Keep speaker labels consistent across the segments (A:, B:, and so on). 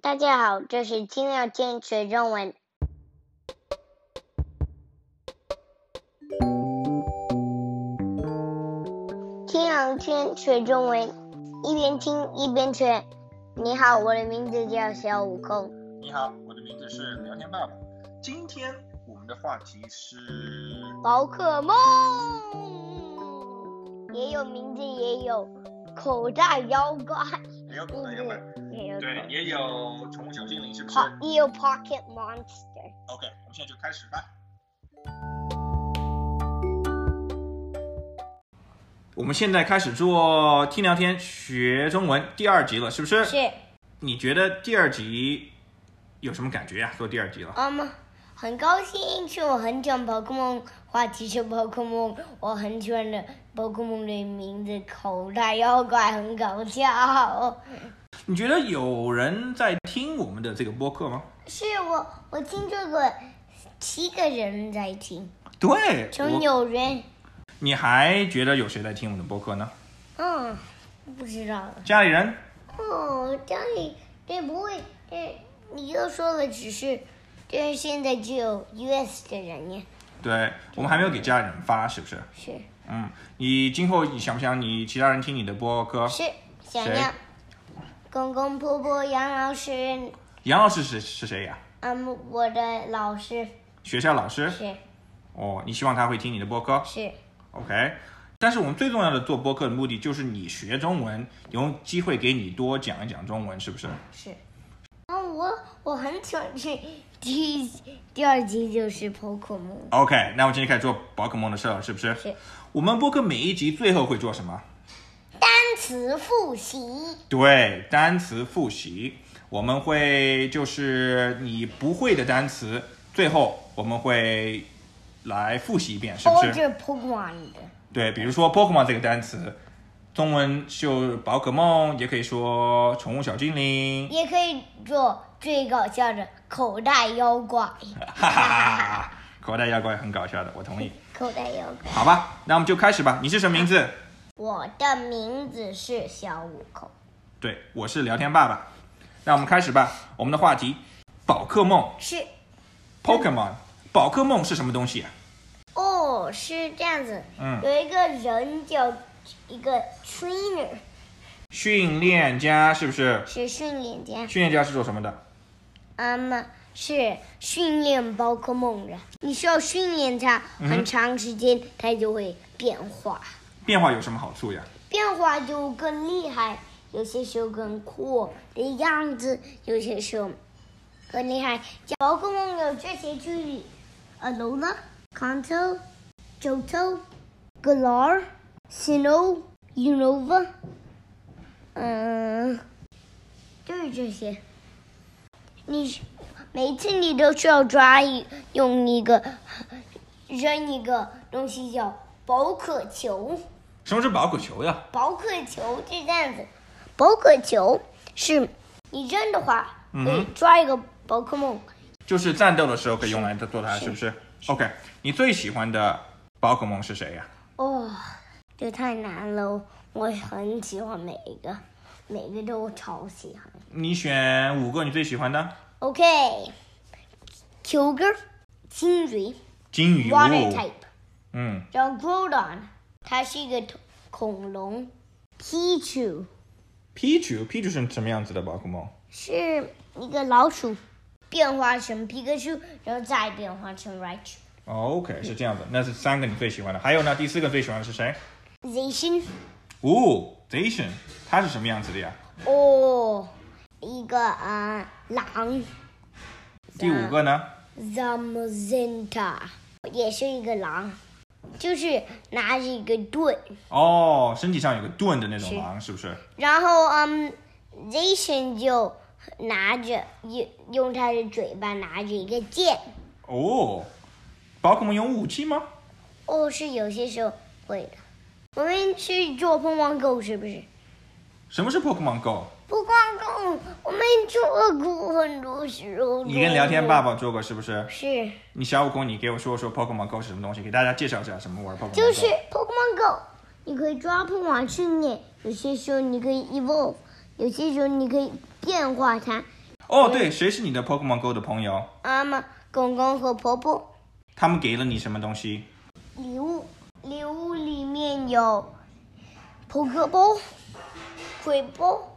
A: 大家好，这是尽量坚持中文。尽量坚持中文，一边听一边学。你好，我的名字叫小悟空。
B: 你好，我的名字是聊天爸爸。今天我们的话题是，
A: 宝可梦也有名字，也有口袋妖怪，
B: 也有
A: 对
B: 可能有本，
A: 也有
B: 对，
A: 口
B: 也有宠物小精灵，是不是
A: po- 也有 Pocket Monster。
B: ？OK，我们现在就开始吧。我们现在开始做听聊天学中文第二集了，是不是？
A: 是，
B: 你觉得第二集有什么感觉呀、做第二集了，
A: 嗯，很高兴，是我很喜欢宝可梦，话题是宝可梦，我很喜欢的宝可梦的名字口袋妖怪很搞笑。
B: 你觉得有人在听我们的这个播客吗？
A: 是我，我听这个七个人在听，
B: 对，
A: 总
B: 我
A: 有人，
B: 你还觉得有谁在听我们的播客呢？
A: 嗯，不知道了。
B: 家里人
A: 哦，家里这不会，这你又说了，只是这现在只有 US 的人呀，
B: 对我们还没有给家里人发，是不是？
A: 是
B: 嗯，你今后你想不想你其他人听你的播客？
A: 是，想
B: 谁
A: 要公公婆婆杨老师，
B: 杨老师是是谁呀、
A: 嗯，我的老师
B: 学校老师
A: 是
B: 哦，你希望他会听你的播客
A: 是
B: ？OK。但是我们最重要的做播客的目的就是你学中文，有机会给你多讲一讲中文，是不是？
A: 是，然后我我很喜欢去第一第二集就是宝可梦，
B: OK，那我今天开始做宝可梦的事了，是不是？
A: 是
B: 我们播客每一集最后会做什么？
A: 单词复习
B: 对，单词复习，我们会就是你不会的单词，最后我们会来复习一遍，是不
A: 都
B: 是？
A: 是 Pokemon 的，
B: 对，比如说 Pokemon 这个单词，中文就宝可梦，也可以说宠物小 精灵，
A: 也可以做最搞笑的口袋妖怪，
B: 哈哈哈哈，口袋妖怪很搞笑的，我同意。
A: 口袋妖怪。
B: 好吧，那我们就开始吧。你是什么名字？
A: 我的名字是小悟空。
B: 对，我是聊天爸爸。那我们开始吧。我们的话题，宝可梦
A: 是
B: （Pokemon），宝可梦是什么东西啊？
A: 哦，是这样子。
B: 嗯
A: 有一个人叫一个 trainer，
B: 训练家是不是？
A: 是训练家，
B: 训练家是做什么的？
A: 嗯，是训练宝可梦的。你需要训练它很长时间，它就会变化，
B: 变化有什么好处呀？
A: 变化就更厉害。有些时候更酷的样子，有些时候更厉害。宝可梦有这些距离：Alola、Kanto、Johto、Galar、Sinnoh、Unova，嗯，就是这些。你是每次你都需要抓一用一个扔一个东西叫宝可球。
B: 什么是宝可球呀？
A: 宝可球是这样子，宝可球是你扔的话，
B: 嗯
A: 会
B: 哼
A: 抓一个宝可梦。
B: 就是战斗的时候可以用来做它，
A: 是
B: 是不是？OK，你最喜欢的宝可梦是谁呀？
A: 哦，这太难了，我很喜欢每一个，每一个都超喜欢。
B: 你选五个你最喜欢的
A: OK，球哥，金鱼
B: 金鱼。
A: ，Water Type，
B: 嗯，
A: 然后 Groudon，它是一个恐龙，Pichu
B: 皮球，皮球是什么样子的宝可梦？
A: 是一个老鼠，变化成皮克猪，然后再变化成 Raichu。
B: 哦，OK，是这样子。那是三个你最喜欢的，还有呢？第四个最喜欢的是谁？
A: Z 星。
B: 哦，Station，它是什么样子的呀？
A: 哦，一个呃狼
B: 第五个呢？
A: ，Zamzinta，也是一个狼，就是拿着一个盾，
B: 哦，身体上有个盾的那种狼，是不是？
A: 然后嗯，Zation 就拿着用用他的嘴巴拿着一个剑。
B: 哦，宝可梦有武器吗？
A: 哦，是有些时候会的。我们去做碰碰狗是不是？
B: 什么是 Pokemon Go？
A: 不光狗，我们做过很多时候。
B: 你跟聊
A: 嗯
B: 天爸爸做过是不是？
A: 是。
B: 你小悟空，你给我说说 Pokemon Go 是什么东西，给大家介绍一下什么玩 Pokemon Go。
A: 就是 Pokemon Go，你可以抓 Pokemon 训练，有些时候你可以 evolve，有些时候你可以变化它。啊
B: 哦，对，谁是你的 Pokemon Go 的朋友？
A: 妈妈、公公和婆婆。
B: 他们给了你什么东西？
A: 礼物，礼物里面有扑克包、鬼包，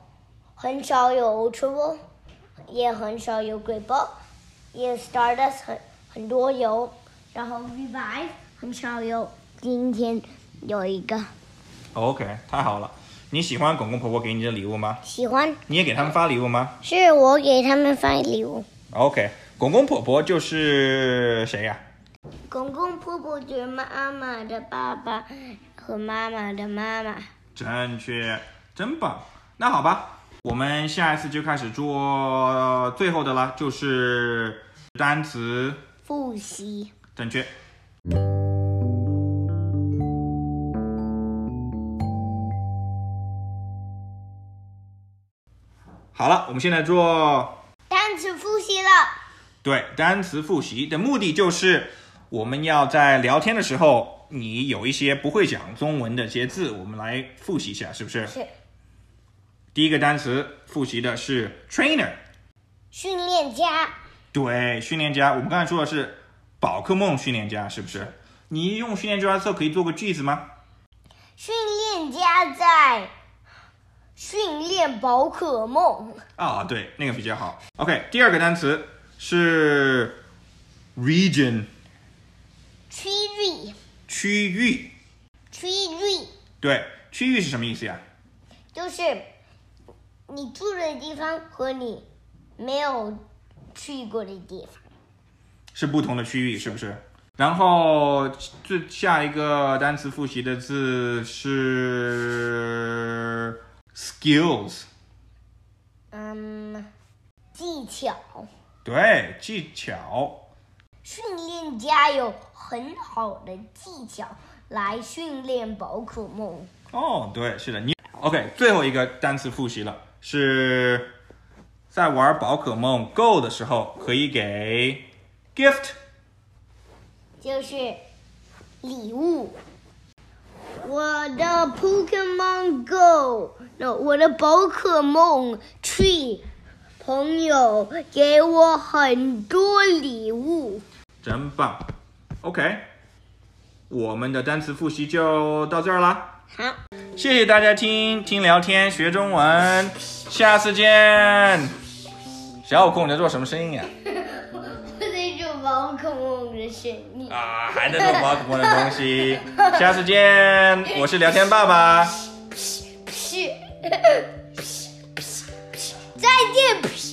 A: 很少有 Ultra 包，也很少有鬼包，也 Stardust 很很多有，然后 Revive 很少有。今天有一个
B: 哦 OK，太好了！你喜欢公公婆婆给你的礼物吗？
A: 喜欢，
B: 你也给他们发礼物吗哦
A: 是我给他们发礼物。
B: ？OK，公公婆婆就是谁呀、
A: 公公婆婆就是妈妈的爸爸和妈妈的妈妈。
B: 正确，真棒！那好吧，我们下一次就开始做最后的了，就是单词
A: 复习。
B: 正确。好了，我们现在做
A: 单词复习了，
B: 对，单词复习的目的就是我们要在聊天的时候，你有一些不会讲中文的一些字，我们来复习一下，是不是？
A: 是
B: 第一个单词复习的是 trainer，
A: 训练家。
B: 对，训练家。我们刚才说的是宝可梦训练家，是不是？你用训练家的时候可以做个句子吗？
A: 训练家在训练宝可梦，
B: 啊、对，那个比较好。OK，第二个单词是 region
A: 区域
B: 区域，
A: 区域
B: 对，区域是什么意思呀？
A: 就是你住的地方和你没有去过的地方。
B: 是不同的区域，是不是？然后最下一个单词复习的字是 skills，
A: 嗯，技巧，
B: 对，技巧，
A: 训练家有很好的技巧来训练宝可梦。
B: 哦，对，是的，你 OK，最后一个单词复习了，是在玩宝可梦 Go 的时候可以给 gift，
A: 就是礼物。我的 Pokemon Go，no, 我的宝可梦 Tree 朋友给我很多礼物。
B: 真棒，OK，我们的单词复习就到这儿啦。
A: 好，
B: 谢谢大家听听聊天学中文，下次见。小悟空，你在做什么声音呀？
A: 我在做宝可梦的声音。
B: 啊，还在做宝可梦的东西。 下次见，我是聊天爸爸。
A: 是，再见。